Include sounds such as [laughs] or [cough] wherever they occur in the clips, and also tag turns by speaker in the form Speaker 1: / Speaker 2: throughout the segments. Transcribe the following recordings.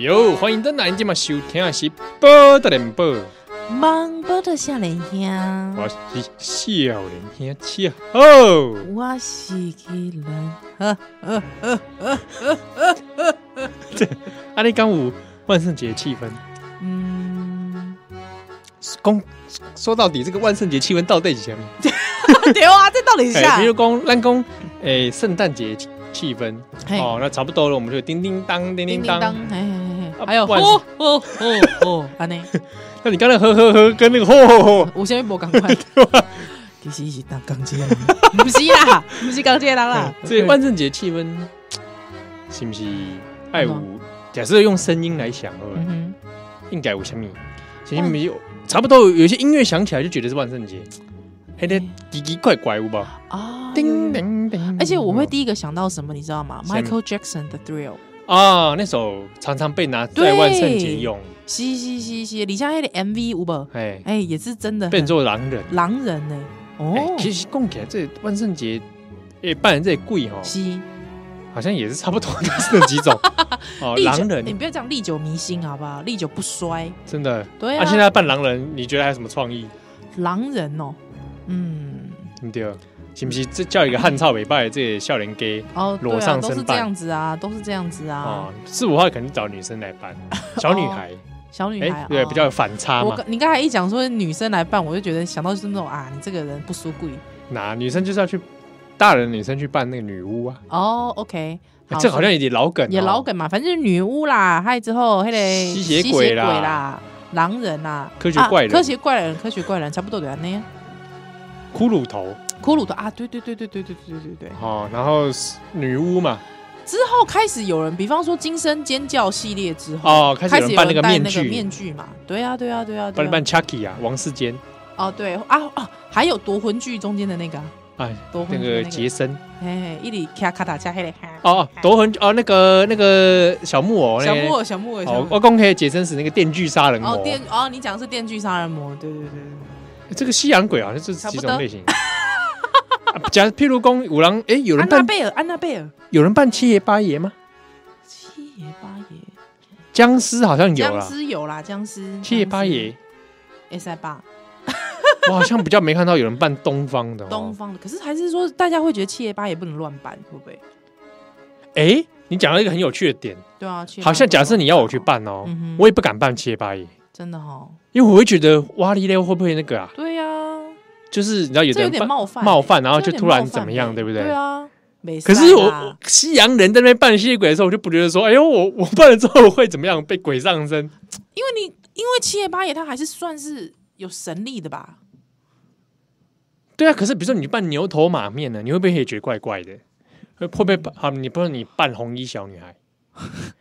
Speaker 1: 哟，欢迎登来，今晚收听的是《波的联播》，
Speaker 2: 忙不的少年兄，
Speaker 1: 我是少年兄七号。
Speaker 2: 我是去人，
Speaker 1: 啊，你刚有万圣节气氛，
Speaker 2: 嗯，
Speaker 1: 讲说到底，这个万圣节气氛到底是什么？
Speaker 2: [laughs] 对啊，这到底是
Speaker 1: 哎、
Speaker 2: 啥
Speaker 1: 比？如讲，咱讲，诶，圣诞节气气氛，
Speaker 2: 嘿
Speaker 1: 哦，那差不多了，我们就叮叮当，叮
Speaker 2: 叮
Speaker 1: 叮
Speaker 2: 当
Speaker 1: 当。，
Speaker 2: 嘿嘿嘿
Speaker 1: 啊
Speaker 2: 嘿，还有
Speaker 1: 不然是
Speaker 2: 吼吼吼吼， [laughs] 安尼，
Speaker 1: 那你刚才呵呵呵跟那个吼吼吼，
Speaker 2: 有啥物无共
Speaker 1: [laughs]
Speaker 2: 款？其实是当钢铁人， [laughs] 不是啦，不是钢铁
Speaker 1: [laughs]
Speaker 2: 人啦。
Speaker 1: 所以万圣节气氛是不是爱有？假设用声音来想，好了
Speaker 2: 嗯哼，
Speaker 1: 应该有什么？其实没有，差不多有一些音乐响起来就觉得是万圣节，
Speaker 2: 嗯
Speaker 1: 还得奇奇怪怪舞吧，
Speaker 2: 啊，
Speaker 1: 叮
Speaker 2: 叮
Speaker 1: 叮叮。
Speaker 2: 而且我会第一个想到什么，你知道吗
Speaker 1: 什么
Speaker 2: ？Michael Jackson 的 Thrill，
Speaker 1: 啊，那首常常被拿在万圣节用，
Speaker 2: 是是是是，李佳黑的 MV 有无？
Speaker 1: 哎，
Speaker 2: 哎，也是真的
Speaker 1: 变
Speaker 2: 很
Speaker 1: 做狼人。
Speaker 2: 狼人呢。
Speaker 1: 哎
Speaker 2: 哦，
Speaker 1: 其实讲起来，这万圣节哎扮演这贵哦，
Speaker 2: 是。
Speaker 1: 好像也是差不多的那几
Speaker 2: [laughs]
Speaker 1: 种哦，
Speaker 2: 历久哎
Speaker 1: 狼
Speaker 2: 你
Speaker 1: 人
Speaker 2: 不要讲历久弥新好不好？历久不衰，
Speaker 1: 真的。
Speaker 2: 对啊。
Speaker 1: 啊，现在扮狼人，你觉得还有什么创意？
Speaker 2: 狼人哦，嗯，
Speaker 1: 对不对？是不是这叫一个汉朝尾拜，这个笑脸 gay
Speaker 2: 哦，对
Speaker 1: 裸上
Speaker 2: 啊，都是
Speaker 1: 身
Speaker 2: 这
Speaker 1: 扮
Speaker 2: 样子啊，都是这样子啊
Speaker 1: 啊，？四五号肯定找女生来
Speaker 2: [laughs]
Speaker 1: 扮，小女孩。
Speaker 2: 小女
Speaker 1: 哎
Speaker 2: 孩，
Speaker 1: 对，
Speaker 2: 哦
Speaker 1: 比较有反差
Speaker 2: 我
Speaker 1: 嘛
Speaker 2: 刚。你刚才一讲说女生来扮，我就觉得想到就是那种啊，你这个人不输贵
Speaker 1: 哪女生就是要去大人的女生去扮那个女巫啊，
Speaker 2: 哦。OK，
Speaker 1: 哎这好像有点老梗哦，
Speaker 2: 也老梗嘛，反正就是女巫啦，还有之后那个
Speaker 1: 吸血
Speaker 2: 吸
Speaker 1: 鬼
Speaker 2: 鬼
Speaker 1: 啦
Speaker 2: 啦，狼人啦，
Speaker 1: 科学怪人
Speaker 2: 啊科学怪人，科学怪人差不多对啊，那样
Speaker 1: 骷髅头
Speaker 2: 骷髅头啊，对对对对对对对对对。
Speaker 1: 哦，然后是女巫嘛，
Speaker 2: 之后开始有人，比方说惊声尖叫系列之后，
Speaker 1: 哦，开始
Speaker 2: 开
Speaker 1: 有
Speaker 2: 始
Speaker 1: 人
Speaker 2: 有
Speaker 1: 扮那
Speaker 2: 人
Speaker 1: 个
Speaker 2: 戴
Speaker 1: 面
Speaker 2: 那个
Speaker 1: 具
Speaker 2: 面，具嘛？对啊，对啊，对啊，对
Speaker 1: 扮
Speaker 2: 啊。
Speaker 1: 扮 Chucky 啊，王世坚
Speaker 2: 哦，对啊啊，还有夺魂剧中间的那个啊
Speaker 1: 哎，
Speaker 2: 夺魂
Speaker 1: 那
Speaker 2: 剧
Speaker 1: 个
Speaker 2: 的
Speaker 1: 杰，森
Speaker 2: 哎，一里卡卡塔加黑嘞，啊
Speaker 1: 哦哦，夺魂哦，那个那个小木偶，
Speaker 2: 小
Speaker 1: 那个
Speaker 2: 木偶，小木偶，小
Speaker 1: 哦，
Speaker 2: 木
Speaker 1: 我
Speaker 2: 偶。
Speaker 1: 公可以杰森是那个电锯杀人魔
Speaker 2: 哦，，电哦，你讲的是电锯杀人魔，对对对对
Speaker 1: 这个西洋鬼好像是
Speaker 2: 差
Speaker 1: 几
Speaker 2: 不
Speaker 1: 种
Speaker 2: 多
Speaker 1: 类型。 [laughs] 啊假如譬如公五郎，哎，有
Speaker 2: 对。
Speaker 1: 人
Speaker 2: 安娜
Speaker 1: 扮
Speaker 2: 贝尔，安娜贝尔，
Speaker 1: 有人扮七爷八爷吗？
Speaker 2: 七爷八爷，
Speaker 1: 僵尸好像有
Speaker 2: 僵
Speaker 1: 啦，
Speaker 2: 尸有啦，僵尸，
Speaker 1: 七爷八爷，
Speaker 2: ，S I 八，
Speaker 1: [laughs] 我好像比较没看到有人扮东方的、哦。
Speaker 2: 东方的。可是还是说，大家会觉得七爷八爷不能乱办，会不会？
Speaker 1: 哎、你讲到一个很有趣的点，
Speaker 2: 对啊，七爷八
Speaker 1: 好
Speaker 2: 爷
Speaker 1: 像
Speaker 2: 不能
Speaker 1: 假设你要我
Speaker 2: 乱
Speaker 1: 去办哦，
Speaker 2: 嗯哼
Speaker 1: 我也不敢办七爷八爷，
Speaker 2: 真的哈，
Speaker 1: 因为我会觉得哇哩嘞会不会那个啊？
Speaker 2: 对呀，
Speaker 1: 就是你知道有
Speaker 2: 这
Speaker 1: 的
Speaker 2: 有
Speaker 1: 人
Speaker 2: 点
Speaker 1: 办
Speaker 2: 冒犯，欸
Speaker 1: 冒犯，然后就
Speaker 2: 这有点
Speaker 1: 突然
Speaker 2: 冒犯
Speaker 1: 怎么样，
Speaker 2: 欸
Speaker 1: 对不对？
Speaker 2: 对啊，没事
Speaker 1: 可
Speaker 2: 啦。
Speaker 1: 是我西洋人在那边扮吸血鬼的时候，我就不觉得说，哎呦，我我扮了之后会怎么样被鬼上身？
Speaker 2: 因为你因为七爷八爷他还是算是有神力的吧？
Speaker 1: 对啊，可是比如说你扮牛头马面呢，你会不会也觉得怪怪的？会不会扮好？你不是你扮红衣小女孩，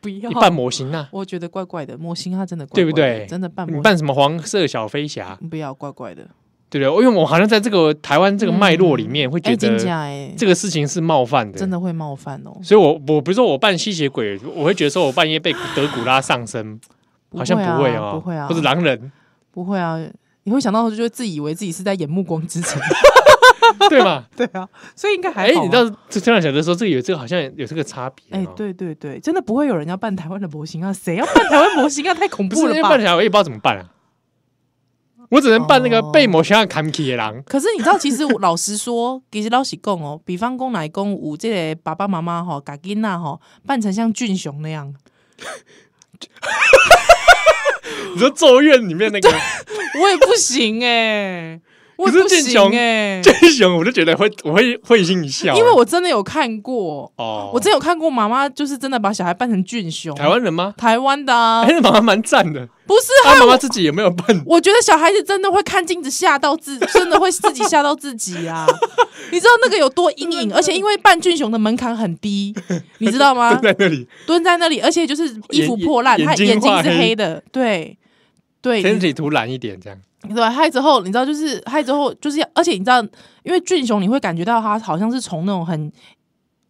Speaker 2: 不要
Speaker 1: 你扮模型啊？
Speaker 2: 我觉得怪怪的，模型他真的怪
Speaker 1: 对不
Speaker 2: 怪的
Speaker 1: 对
Speaker 2: 真的扮模
Speaker 1: 你扮什么黄色小飞侠？
Speaker 2: 不要怪怪的，
Speaker 1: 对不对？因为我好像在这个台湾这个脉络里面，会觉
Speaker 2: 哎，真
Speaker 1: 得
Speaker 2: 假哎，
Speaker 1: 这个事情是冒犯的，
Speaker 2: 真。的会冒犯哦。
Speaker 1: 所以我，我比如说我扮吸血鬼，我会觉得说我半夜被德古拉上身，好像不会哦，
Speaker 2: 不会啊，
Speaker 1: 或者狼人，
Speaker 2: 不会啊。你会想到，就是自以为自己是在演《暮光
Speaker 1: [laughs]
Speaker 2: 之城》，
Speaker 1: 对嘛？
Speaker 2: 对啊，所以应该
Speaker 1: 哎、
Speaker 2: 还好啊。
Speaker 1: 你知道这突然想的时候，这个有这个好像有这个差别、哦。
Speaker 2: 哎，，对对对，真的不会有人要扮台湾的模型啊！谁要扮台湾模型啊？太恐
Speaker 1: 不是
Speaker 2: 怖
Speaker 1: 因为
Speaker 2: 了
Speaker 1: 扮
Speaker 2: 吧！
Speaker 1: 起来我也不知道怎么办啊，我只能扮那个
Speaker 2: 哦
Speaker 1: 被魔像砍起的狼。
Speaker 2: 可是你知道，其实我老实说，其实老实讲哦，比方讲来讲，有这个爸爸妈妈吼，把囡仔吼扮成像俊雄
Speaker 1: [laughs]
Speaker 2: 那样，
Speaker 1: 你说《咒怨》里面那个
Speaker 2: 我也不行哎、我也
Speaker 1: 可是
Speaker 2: 不
Speaker 1: 俊
Speaker 2: 行
Speaker 1: 雄
Speaker 2: 哎、
Speaker 1: 真雄，我就觉得会我会会心一笑啊、
Speaker 2: 因为我真的有看过，
Speaker 1: 哦，
Speaker 2: 我真有看过妈妈就是真的把小孩扮成俊雄，
Speaker 1: 台湾人吗？
Speaker 2: 台湾的、啊
Speaker 1: 哎、那妈妈蛮赞的，
Speaker 2: 不是啊。
Speaker 1: 她妈妈自己有没有扮？
Speaker 2: 我觉得小孩子真的会看镜子吓到自， [laughs] 真的会自己吓到自己啊！你知道那个有多
Speaker 1: [laughs]
Speaker 2: 阴影，而且因为扮俊雄的门槛很低，你知道吗？
Speaker 1: 蹲在那里，
Speaker 2: 蹲在那里，而且就是衣服
Speaker 1: 眼
Speaker 2: 破烂，
Speaker 1: 眼
Speaker 2: 他
Speaker 1: 睛
Speaker 2: 眼睛
Speaker 1: 画
Speaker 2: 是
Speaker 1: 黑
Speaker 2: 黑的，对对，
Speaker 1: 身体涂蓝一点这样。
Speaker 2: 对，害之后你知道，就是害之后就是要，而且你知道，因为俊雄你会感觉到他好像是从那种很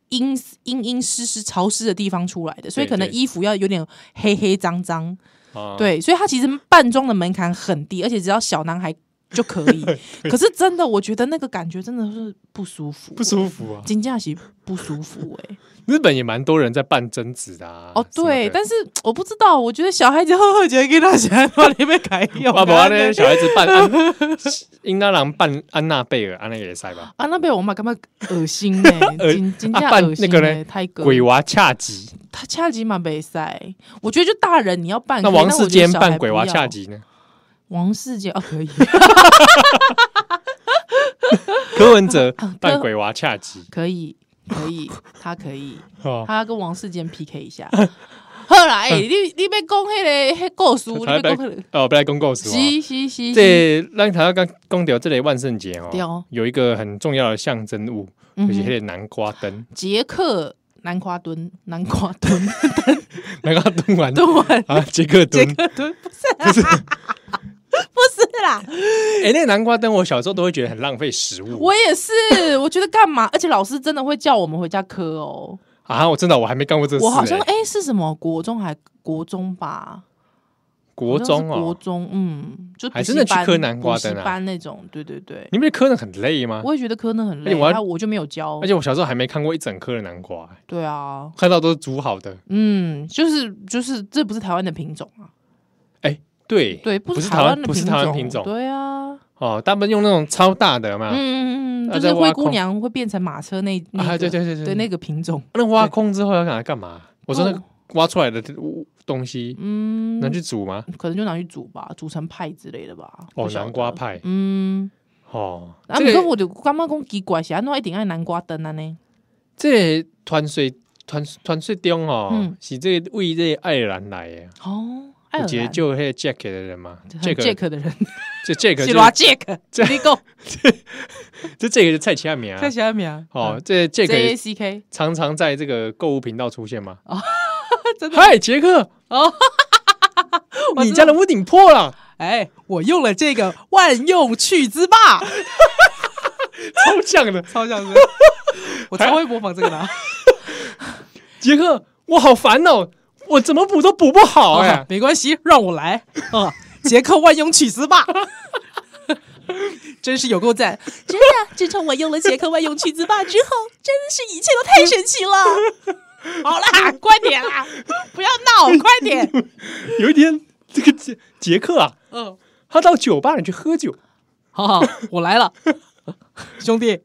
Speaker 2: 阴阴阴湿湿潮湿的地方出来的，所以
Speaker 1: 对
Speaker 2: 可能
Speaker 1: 对
Speaker 2: 衣服要有点黑黑脏脏。
Speaker 1: 哦，
Speaker 2: 对，所以他其实扮装的门槛很低，而且只要小男孩就可
Speaker 1: [laughs]
Speaker 2: 以。可是真的，我觉得那个感觉真的是不舒服，
Speaker 1: 不舒服啊。
Speaker 2: 金价喜不舒服哎、
Speaker 1: 日本也蛮多人在办贞子的啊。
Speaker 2: 哦，对，但
Speaker 1: 是
Speaker 2: 是我不知道，我觉得小孩子喝喝酒给他写在那里面改
Speaker 1: [laughs]
Speaker 2: 用。
Speaker 1: 爸
Speaker 2: 啊
Speaker 1: 爸那些小孩子扮
Speaker 2: [laughs]
Speaker 1: 安，英当郎扮安娜贝尔，安娜也塞吧。
Speaker 2: 啊，那被我妈干嘛
Speaker 1: [laughs]
Speaker 2: 恶心呢、欸？真真
Speaker 1: 啊
Speaker 2: 正
Speaker 1: 办
Speaker 2: 恶心
Speaker 1: 那个
Speaker 2: 欸
Speaker 1: 嘞
Speaker 2: 泰哥嗯
Speaker 1: 鬼娃恰吉，
Speaker 2: 他恰吉嘛被塞，我觉得就大人你要办，
Speaker 1: 那
Speaker 2: 可以
Speaker 1: 王
Speaker 2: 但
Speaker 1: 世
Speaker 2: 我觉得
Speaker 1: 坚
Speaker 2: 小
Speaker 1: 扮
Speaker 2: 孩
Speaker 1: 鬼
Speaker 2: 不
Speaker 1: 娃
Speaker 2: 要
Speaker 1: 恰吉呢？
Speaker 2: 王世坚啊，可以
Speaker 1: 柯文
Speaker 2: [laughs]
Speaker 1: 哲
Speaker 2: 啊
Speaker 1: 扮
Speaker 2: 柯
Speaker 1: 鬼娃恰吉
Speaker 2: 可以可以，他可以，
Speaker 1: 哦，
Speaker 2: 他要跟王世坚
Speaker 1: [laughs]
Speaker 2: PK 一下。好啦，哎、欸，你你被讲迄个迄
Speaker 1: [laughs]
Speaker 2: 故事，你被讲迄个，
Speaker 1: 哦，不来公告是吧？
Speaker 2: 是是是，是
Speaker 1: 这让他刚公掉这类万圣节
Speaker 2: 对哦
Speaker 1: 哦，有一个很重要的象征物，
Speaker 2: 嗯
Speaker 1: 就是
Speaker 2: 哼
Speaker 1: 那个南瓜灯， [laughs]
Speaker 2: 杰克南瓜蹲，南瓜蹲
Speaker 1: 南瓜灯完
Speaker 2: 蹲 [laughs] 完，
Speaker 1: [laughs] 啊，杰克
Speaker 2: 杰
Speaker 1: 蹲，
Speaker 2: 克蹲不是啊啦，不是啦，
Speaker 1: 哎，那个南瓜灯我小时候都会觉得很浪费食物
Speaker 2: 我也是，我觉得干嘛？而 [laughs] 且老师真的会叫我们回家磕哦，
Speaker 1: 啊，我真的我还没干过这事，
Speaker 2: 我好像
Speaker 1: 欸
Speaker 2: 哎、是什么国中还国中吧，
Speaker 1: 国中
Speaker 2: 好像是国
Speaker 1: 哦，
Speaker 2: 中，嗯，就补习
Speaker 1: 还真的去
Speaker 2: 班
Speaker 1: 磕南瓜
Speaker 2: 补习
Speaker 1: 灯啊
Speaker 2: 班那种，对对对，
Speaker 1: 你们科的很累吗？
Speaker 2: 我也觉得磕那很
Speaker 1: 而
Speaker 2: 累，
Speaker 1: 且我要
Speaker 2: 然后我就没有教，
Speaker 1: 而且我小时候还没看过一整颗的南瓜，欸
Speaker 2: 对啊，
Speaker 1: 看到都是煮好的，
Speaker 2: 嗯，就是就是这不是台湾的品种啊，
Speaker 1: 对
Speaker 2: 对，不
Speaker 1: 不是
Speaker 2: 台
Speaker 1: 台湾
Speaker 2: 湾的
Speaker 1: 不是台湾品种
Speaker 2: 对啊，
Speaker 1: 哦，他们用那种超大的嘛，
Speaker 2: 嗯嗯嗯，
Speaker 1: 那
Speaker 2: 就
Speaker 1: 啊在
Speaker 2: 是灰
Speaker 1: 挖
Speaker 2: 姑
Speaker 1: 空
Speaker 2: 娘会变成马车那那
Speaker 1: 啊，
Speaker 2: 个
Speaker 1: 对对对
Speaker 2: 嗯对那个品种，
Speaker 1: 那挖空之后要拿来干嘛？我说那个
Speaker 2: 哦
Speaker 1: 挖出来的物东西
Speaker 2: 嗯
Speaker 1: 拿，去煮吗？
Speaker 2: 可能就拿去煮吧，煮成派之类的吧，
Speaker 1: 哦
Speaker 2: 不，晓得
Speaker 1: 南瓜，派
Speaker 2: 嗯，
Speaker 1: 哦，
Speaker 2: 啊，
Speaker 1: 这
Speaker 2: 不过
Speaker 1: 个
Speaker 2: 我就感觉讲奇怪，是安怎一定爱南瓜灯啊呢？
Speaker 1: 这个团水团团水中哦
Speaker 2: 嗯，
Speaker 1: 是这个为这个爱尔兰来的，
Speaker 2: 哦，爱
Speaker 1: 有
Speaker 2: 尔兰
Speaker 1: 解救那个 Jack 的人嘛
Speaker 2: 很
Speaker 1: ，Jack
Speaker 2: Jack 的人，
Speaker 1: 这 Jack
Speaker 2: 是
Speaker 1: 就
Speaker 2: 拉 Jack，
Speaker 1: 这 [laughs]
Speaker 2: 你讲，
Speaker 1: 这 Jack 就蔡奇亚名啊
Speaker 2: 看，啥名？
Speaker 1: 哦，这
Speaker 2: J A
Speaker 1: Jack
Speaker 2: C K，
Speaker 1: 常常在这个购物频道出现嘛。
Speaker 2: 哦 [laughs] 真的
Speaker 1: 嗨，杰克，
Speaker 2: 哦， [laughs] 我
Speaker 1: 你
Speaker 2: 知
Speaker 1: 家的屋顶破了，
Speaker 2: 哎，我用了这个万用去之霸，
Speaker 1: 超像的， [laughs]
Speaker 2: 超像是，我超会模仿这个的啊。
Speaker 1: 杰克，我好烦哦，我怎么补都补不好哎、
Speaker 2: 啊没关系，让我来啊！杰克万用曲之霸， [laughs] 真是有够赞！真的，自从我用了杰克万用曲之霸之后，真的是一切都太神奇了。 [laughs] 好啦，快点啦，不要闹， [laughs] 快点。
Speaker 1: [laughs] 有一天，这个杰杰克啊，
Speaker 2: 嗯，
Speaker 1: 他到酒吧里去喝酒，
Speaker 2: 好好，我来了，兄弟，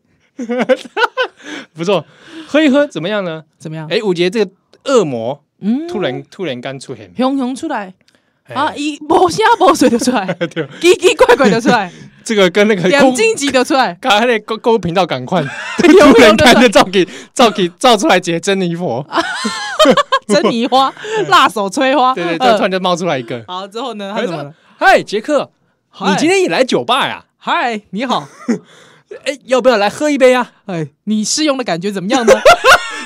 Speaker 1: 不错，喝一喝怎么样呢？
Speaker 2: 怎么样？
Speaker 1: 哎，五杰这个恶魔
Speaker 2: 嗯，
Speaker 1: 突然突然间出现，
Speaker 2: 熊熊出来
Speaker 1: 哎
Speaker 2: 啊，一无声无水就出 [laughs] 来，
Speaker 1: 对，
Speaker 2: 奇奇怪怪就出 [laughs] 来，
Speaker 1: 这个跟那个
Speaker 2: 两
Speaker 1: 公
Speaker 2: 斤级就出 [laughs] 来，
Speaker 1: 刚才那个购物频道赶快，
Speaker 2: [laughs] 有
Speaker 1: [laughs]
Speaker 2: 啊
Speaker 1: 突然
Speaker 2: 用的出
Speaker 1: 间
Speaker 2: 来
Speaker 1: 就，照给照给照出来杰珍妮佛，
Speaker 2: 珍妮 [laughs] 花、辣手摧花，
Speaker 1: 对对，
Speaker 2: 呃
Speaker 1: 就突然就冒出来一个，
Speaker 2: 好，之后
Speaker 1: 哎
Speaker 2: 呢？哎他怎么了？
Speaker 1: 嗨，杰克，
Speaker 2: 嗨
Speaker 1: 你今天也来酒吧呀？
Speaker 2: 嗨，
Speaker 1: [laughs]
Speaker 2: 你好，
Speaker 1: 哎，要不要来喝一杯啊？
Speaker 2: 哎，你试用的感觉怎么样呢？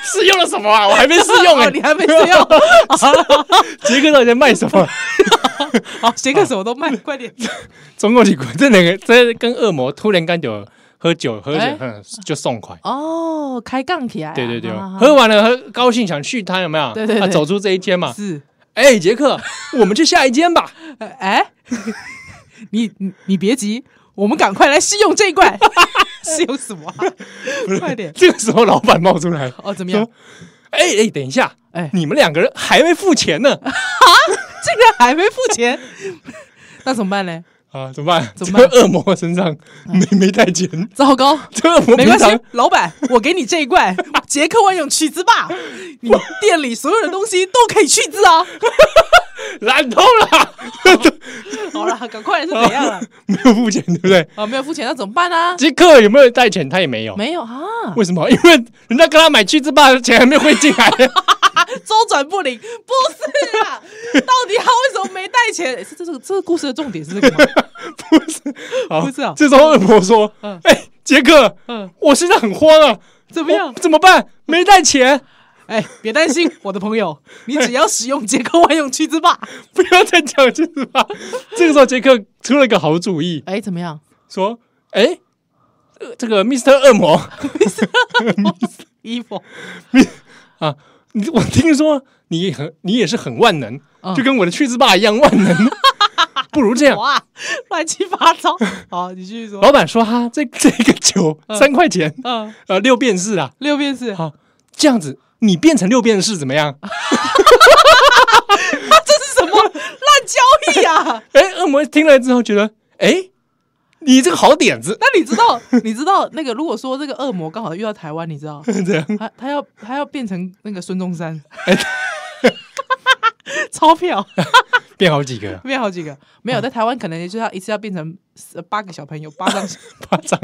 Speaker 1: 试用了什么啊？我还没 [laughs] 试 [laughs] 用
Speaker 2: 哦
Speaker 1: 哎
Speaker 2: [laughs] 你，还没试用？好了，
Speaker 1: 杰克到底在卖 [laughs] 什么？
Speaker 2: 好，杰
Speaker 1: 啊
Speaker 2: 克什么都卖， [laughs] 快
Speaker 1: [laughs]
Speaker 2: 点。
Speaker 1: 中国旅馆这两个，这跟恶魔突然间就喝酒，喝酒、
Speaker 2: 哎
Speaker 1: 嗯就送款。
Speaker 2: 哦，开杠起来啊，
Speaker 1: 对对对，
Speaker 2: 好好好
Speaker 1: 喝完了，喝高兴想续摊有没有？
Speaker 2: 对对对
Speaker 1: 啊走出这一间嘛。
Speaker 2: 是，
Speaker 1: 哎，杰克， [laughs] 我们去下一间吧。
Speaker 2: 呃哎，你你你别急，我们赶快来试用这一
Speaker 1: [laughs]
Speaker 2: 罐，试用什么啊？ [laughs] 快点。
Speaker 1: 这个时候，老板冒出来，
Speaker 2: 哦，怎么样
Speaker 1: 说？：“哎哎，等一下，
Speaker 2: 哎，
Speaker 1: 你们两个人还没付钱
Speaker 2: [laughs]
Speaker 1: 呢。
Speaker 2: [laughs] 竟然还没付钱，那怎么办呢？”
Speaker 1: 啊，怎么办？
Speaker 2: 怎么办
Speaker 1: 这恶魔身上没没带钱，
Speaker 2: 糟糕，
Speaker 1: [laughs] 这恶魔
Speaker 2: 没
Speaker 1: 平
Speaker 2: 关
Speaker 1: 常
Speaker 2: 系，老板，我给你这一
Speaker 1: [laughs]
Speaker 2: 罐杰克万用去渍吧，你店里所有的东西都可以去渍
Speaker 1: [laughs]
Speaker 2: 啊。
Speaker 1: 懒透了，
Speaker 2: [laughs] 好啦，赶快是怎
Speaker 1: [laughs]
Speaker 2: 样了？
Speaker 1: 没有付钱，对不对？
Speaker 2: 啊，没有付钱，那怎么办呢、啊？
Speaker 1: 杰克有没有带钱？他也没有。
Speaker 2: 没有啊，
Speaker 1: 为什么？因为人家跟他买去之霸的钱还没有汇进来。
Speaker 2: [laughs] 周转不灵，不是啊？到底他为什么没带钱？哎是这这个这个故事的重点是这 [laughs] 个吗？
Speaker 1: 好，
Speaker 2: [laughs] 不是啊
Speaker 1: 这时候恶魔说：“
Speaker 2: 嗯
Speaker 1: 哎、杰克，
Speaker 2: 嗯，
Speaker 1: 我现在很慌啊，
Speaker 2: 怎
Speaker 1: 怎
Speaker 2: 么样？
Speaker 1: 怎么办？没带钱，
Speaker 2: 哎，别担心，我的朋友，你只要使用杰克万用去渍吧。
Speaker 1: 不要再讲去之霸。”这个时候，杰克出了一个好主意，
Speaker 2: [laughs] 哎，怎么样？
Speaker 1: 说：“哎、呃这个 Mr. 恶魔
Speaker 2: 衣服
Speaker 1: 啊，你我听说你很你也是很万能，
Speaker 2: 嗯
Speaker 1: 就跟我的去之霸一样万能。 [laughs] 不如这样，
Speaker 2: 哇，乱七八糟。好，你继续说。
Speaker 1: 老板说哈，这 [laughs] 这个酒
Speaker 2: 嗯
Speaker 1: 三块钱，
Speaker 2: 嗯，
Speaker 1: 呃，六便士啊，
Speaker 2: 六便士，
Speaker 1: 好，这样子你变成六便士怎么 [laughs] 样？
Speaker 2: 这是什 [laughs] 么烂交易啊？ [laughs]
Speaker 1: 哎，恶魔听了之后觉得，哎，你这个好点子， [laughs]
Speaker 2: 那你知道，你知道那个，如果说这个恶魔刚好遇到台湾，你知道
Speaker 1: 这样
Speaker 2: 他他要他要变成那个孙中山， [laughs] 钞票
Speaker 1: 变好几个
Speaker 2: 变好几个，没有在台湾可能就要一次要变成呃八个小朋友，八张
Speaker 1: 巴掌，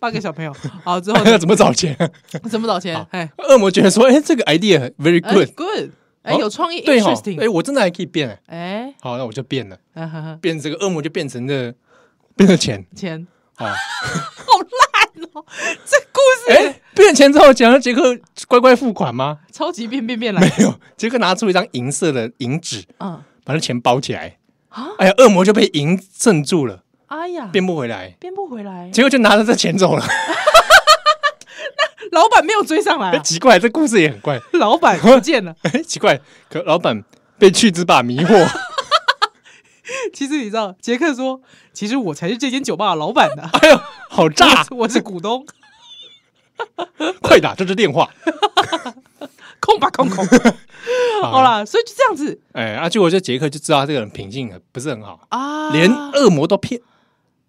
Speaker 2: 八个小朋友，好之后
Speaker 1: 要怎么找钱啊？
Speaker 2: 怎么找钱？哎
Speaker 1: 恶魔觉得说，哎，这个 idea 很 very
Speaker 2: 哎
Speaker 1: good，
Speaker 2: good，哎
Speaker 1: 好
Speaker 2: 有创意
Speaker 1: 对哈，哎，
Speaker 2: ，interesting，
Speaker 1: 我真的还可以变哎，
Speaker 2: 哎，
Speaker 1: 好，那我就变了，
Speaker 2: 哈哈哈
Speaker 1: 变这个恶魔就变成了变成钱
Speaker 2: 钱
Speaker 1: [laughs] 啊，
Speaker 2: 好烂哦，这故事
Speaker 1: 哎，变钱之后，讲杰克乖乖付款吗？
Speaker 2: 超级变变变来
Speaker 1: 没，有，杰克拿出一张银色的银纸，
Speaker 2: 嗯，
Speaker 1: 把那钱包起来
Speaker 2: 啊。
Speaker 1: 哎呀，恶魔就被银镇住了，
Speaker 2: 哎呀，
Speaker 1: 变不回来，
Speaker 2: 变不回来，
Speaker 1: 结果就拿着这钱走了。
Speaker 2: 老板没有追上来
Speaker 1: 哎，
Speaker 2: 啊，
Speaker 1: [laughs] 奇怪，这故事也很怪。 [laughs]
Speaker 2: 老板不见了。
Speaker 1: 哎，奇怪，可老板被去之霸迷惑， [laughs]
Speaker 2: 其实你知道，杰克说，其实我才是这间酒吧的老板呢、
Speaker 1: 哎呦，好
Speaker 2: 我 [laughs]
Speaker 1: 炸
Speaker 2: 是！我是股东，
Speaker 1: 快打这支电话。
Speaker 2: 空吧空空。好，啦，所以就这样子
Speaker 1: 哎，啊，结果这杰克就知道他这个人品性很不是很好，
Speaker 2: 啊，
Speaker 1: 连恶魔都骗。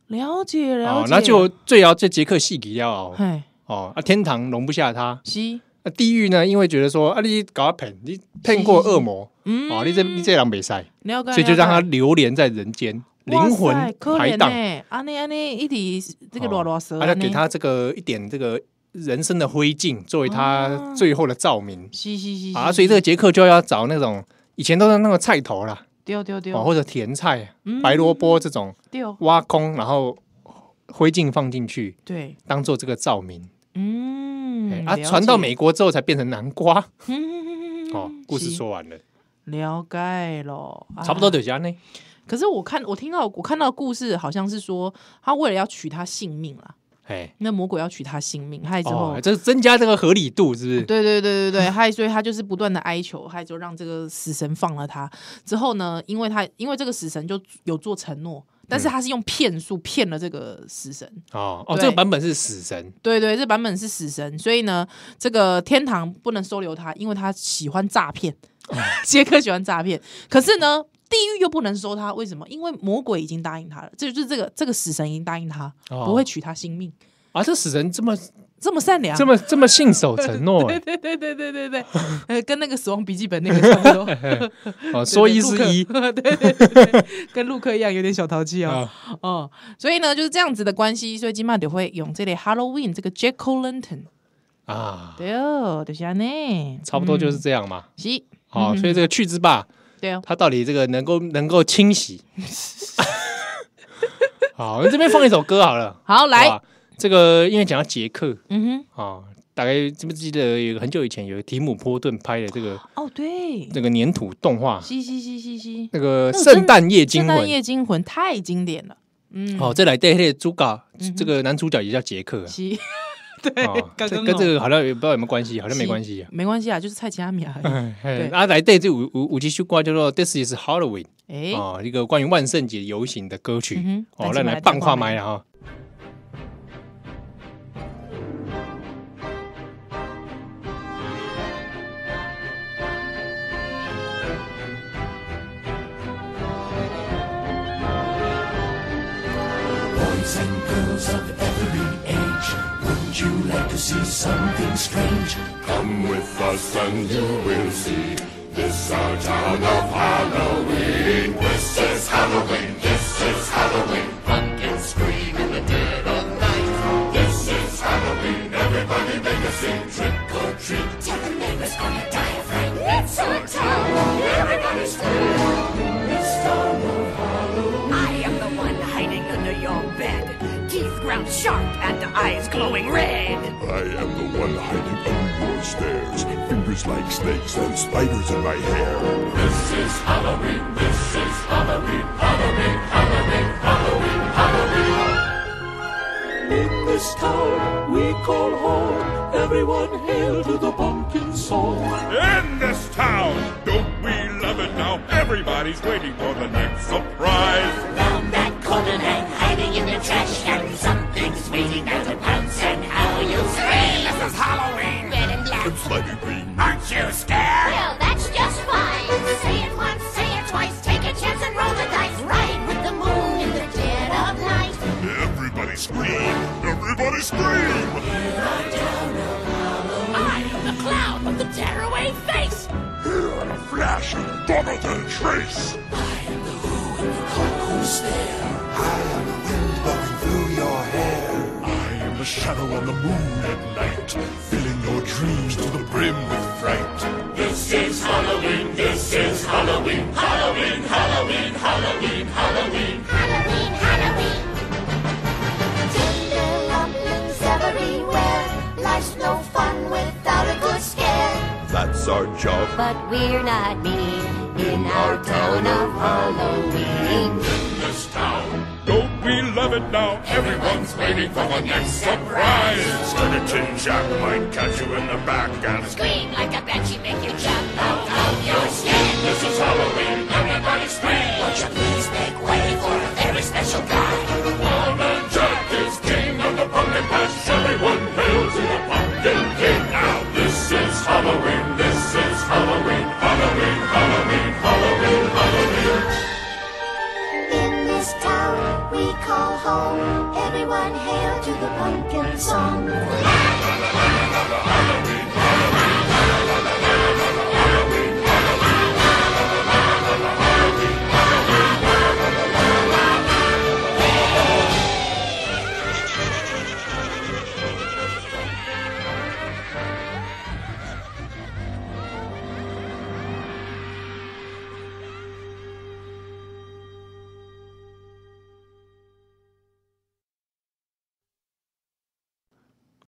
Speaker 2: 了解了
Speaker 1: 哦
Speaker 2: 解，，
Speaker 1: 那就最要这杰克戏给要哦
Speaker 2: 哎
Speaker 1: 哦啊，天堂容不下他。
Speaker 2: 西
Speaker 1: 那地狱呢？因为觉得说啊，你搞他骗，你骗过恶魔，
Speaker 2: 嗯
Speaker 1: 哦，你这你这人没塞，
Speaker 2: 了解，
Speaker 1: 所以就
Speaker 2: 了
Speaker 1: 让他
Speaker 2: 解
Speaker 1: 怜在人间，灵魂
Speaker 2: 哇塞可
Speaker 1: 排
Speaker 2: 怜欸
Speaker 1: 档。
Speaker 2: 呢，安尼安尼一直这个
Speaker 1: 哦
Speaker 2: 啰啰嗦，
Speaker 1: 他就给
Speaker 2: 这样
Speaker 1: 他这个一点这个人生的灰烬，作为他
Speaker 2: 啊
Speaker 1: 最后的照明
Speaker 2: 是是是
Speaker 1: 啊。所以这个杰克就要找那种以前都是那个菜头啦，
Speaker 2: 丢丢丢
Speaker 1: 哦，或者甜菜、
Speaker 2: 嗯
Speaker 1: 白萝卜这种
Speaker 2: 丢
Speaker 1: 挖空，然后灰烬放进去
Speaker 2: 对，
Speaker 1: 当做这个照明。哎
Speaker 2: 嗯
Speaker 1: 啊，传到，
Speaker 2: 了
Speaker 1: 美国之后才变成南瓜。
Speaker 2: 解 [laughs] 嗯
Speaker 1: 哦，故事
Speaker 2: 是
Speaker 1: 说完了，
Speaker 2: 了解了，啊
Speaker 1: 差不多就这样呢。
Speaker 2: 可是我看我听到我看到的故事好像是说，他为了要取他性命啦，
Speaker 1: 哎，
Speaker 2: 那魔鬼要取他性命，害之后，
Speaker 1: 哦，这增加这个合理度是不是？
Speaker 2: 嗯对对对对对，害所以他就是不断的哀求，害就让这个死神放了他。之后呢，因为他因为这个死神就有做承诺，但是他是用骗术骗了这个死神。
Speaker 1: 哦哦，
Speaker 2: 对
Speaker 1: 这个版本是死神
Speaker 2: 对对，这版本是死神，所以呢，这个天堂不能收留他，因为他喜欢诈骗，
Speaker 1: 哦
Speaker 2: [laughs] 杰克喜欢诈骗。可是呢，地狱又不能收他，为什么？因为魔鬼已经答应他了，这就是这个这个死神已经答应他，
Speaker 1: 哦
Speaker 2: 不会取他性命，
Speaker 1: 啊，这死神这么
Speaker 2: 这么善良，
Speaker 1: 这么这么信守承诺，哎
Speaker 2: [laughs] 对对对对对对，呃，跟那个《死亡笔记本》那个差不多，
Speaker 1: 哦，说一是一
Speaker 2: 对 [laughs] 对对对对对，跟陆克一样有点小淘气哦。
Speaker 1: 啊，
Speaker 2: 哦，所以呢就是这样子的关系，所以今晚就会用这类 Halloween 这个 Jack O' Lantern，
Speaker 1: 啊，
Speaker 2: 对哦，就是安尼，
Speaker 1: 差不多就是这样嘛。
Speaker 2: 嗯是，
Speaker 1: 好，所以这个去之霸，
Speaker 2: 对哦，
Speaker 1: 它到底这个能够能够清
Speaker 2: [laughs]
Speaker 1: 洗？好，我们这边放一首歌好了，
Speaker 2: 好
Speaker 1: 好
Speaker 2: 来，
Speaker 1: 吧这个因为讲到捷克
Speaker 2: 嗯
Speaker 1: 啊，大概记不记得有个很久以前有个提姆波顿拍的这个
Speaker 2: 哼，哦对，
Speaker 1: 这个粘土动
Speaker 2: [laughs]
Speaker 1: 画，
Speaker 2: 嘻嘻嘻嘻嘻，
Speaker 1: 那个《
Speaker 2: 那个真
Speaker 1: 圣诞夜惊
Speaker 2: 圣
Speaker 1: 魂
Speaker 2: 诞》夜惊魂太经典了，嗯，
Speaker 1: 哦，这来对黑主角
Speaker 2: 嗯哼
Speaker 1: 这个男主角也叫杰克啊，
Speaker 2: 嘻， [laughs] 对
Speaker 1: 哦，
Speaker 2: 刚
Speaker 1: 这
Speaker 2: 刚
Speaker 1: 跟这
Speaker 2: 个
Speaker 1: 个好像也不知道有没有关系，好像没关系啊。
Speaker 2: 没关系啊，就是蔡奇阿米啊，
Speaker 1: [laughs] 哎哎
Speaker 2: 对
Speaker 1: 啊，来对这五五五集曲歌叫做《This Is Halloween》
Speaker 2: 哎，
Speaker 1: 哦，一个关于万圣节游行的歌曲
Speaker 2: 嗯
Speaker 1: 哦，
Speaker 2: 哼来
Speaker 1: 那
Speaker 2: 进来
Speaker 1: 来棒化
Speaker 2: 听
Speaker 1: 麦
Speaker 2: 看
Speaker 1: 了哈。
Speaker 3: Boys and girls of every age, wouldn't you like to see something strange?
Speaker 4: Come with us and you will see. This our town of Halloween. This is Halloween. This is Halloween. Pumpkins scream in the dead of night. This is Halloween. Everybody make a scene. Trick or treat. Tell the neighbors on your diaphragm. It's our town. Everybody's free. It's town of
Speaker 5: I am the one hiding under your bed, teeth ground sharp and eyes glowing red.
Speaker 4: I am the one hiding under your stairs. Fingers like snakes and spiders in my hair. This is Halloween. This is Halloween. Halloween. Halloween. Halloween. Halloween.
Speaker 3: In this town we call home, everyone hail to the pumpkin soul.
Speaker 4: In this town, don't we love it now? now everybody's waiting for the next surprise.
Speaker 5: Found that Conan hang hiding in the trash can. Something's waiting now to pounce, and how you'll scream.
Speaker 6: This is Halloween! Red and black.
Speaker 4: It's like a green.
Speaker 6: Aren't you scared?
Speaker 7: Well, that's just fine. Say it once, say it twice, take a chance and roll the dice. Ride with the moon in the dead of night.
Speaker 4: Everybody scream! Everybody scream!
Speaker 5: I am the clown with the tearaway face.
Speaker 4: Here in a flash and bother the trace. I am the shadow on the moon at night, filling your dreams to the brim with fright.
Speaker 3: This is Halloween, this is Halloween, Halloween, Halloween, Halloween, Halloween.
Speaker 7: Halloween, Halloween. Tinderlumblings everywhere. Life's no fun without a good scare.
Speaker 4: That's our job.
Speaker 7: But we're not mean in our town of Halloween.
Speaker 4: this town. Don't we love it now? Everyone's waiting for the next surprise. Skeleton Jack might catch you in the back and
Speaker 7: Scream like a banshee, make you jump out of your skin.
Speaker 4: This is Halloween. Everybody scream.
Speaker 7: Won't you please make way for a very special guy?
Speaker 4: Walnut Jack is king of the pumpkin patch. Everyone hail to the pumpkin king now. This is Halloween. This is Halloween. Halloween. Halloween. Halloween. Halloween.
Speaker 7: In this town we call home, everyone hail to the pumpkin song.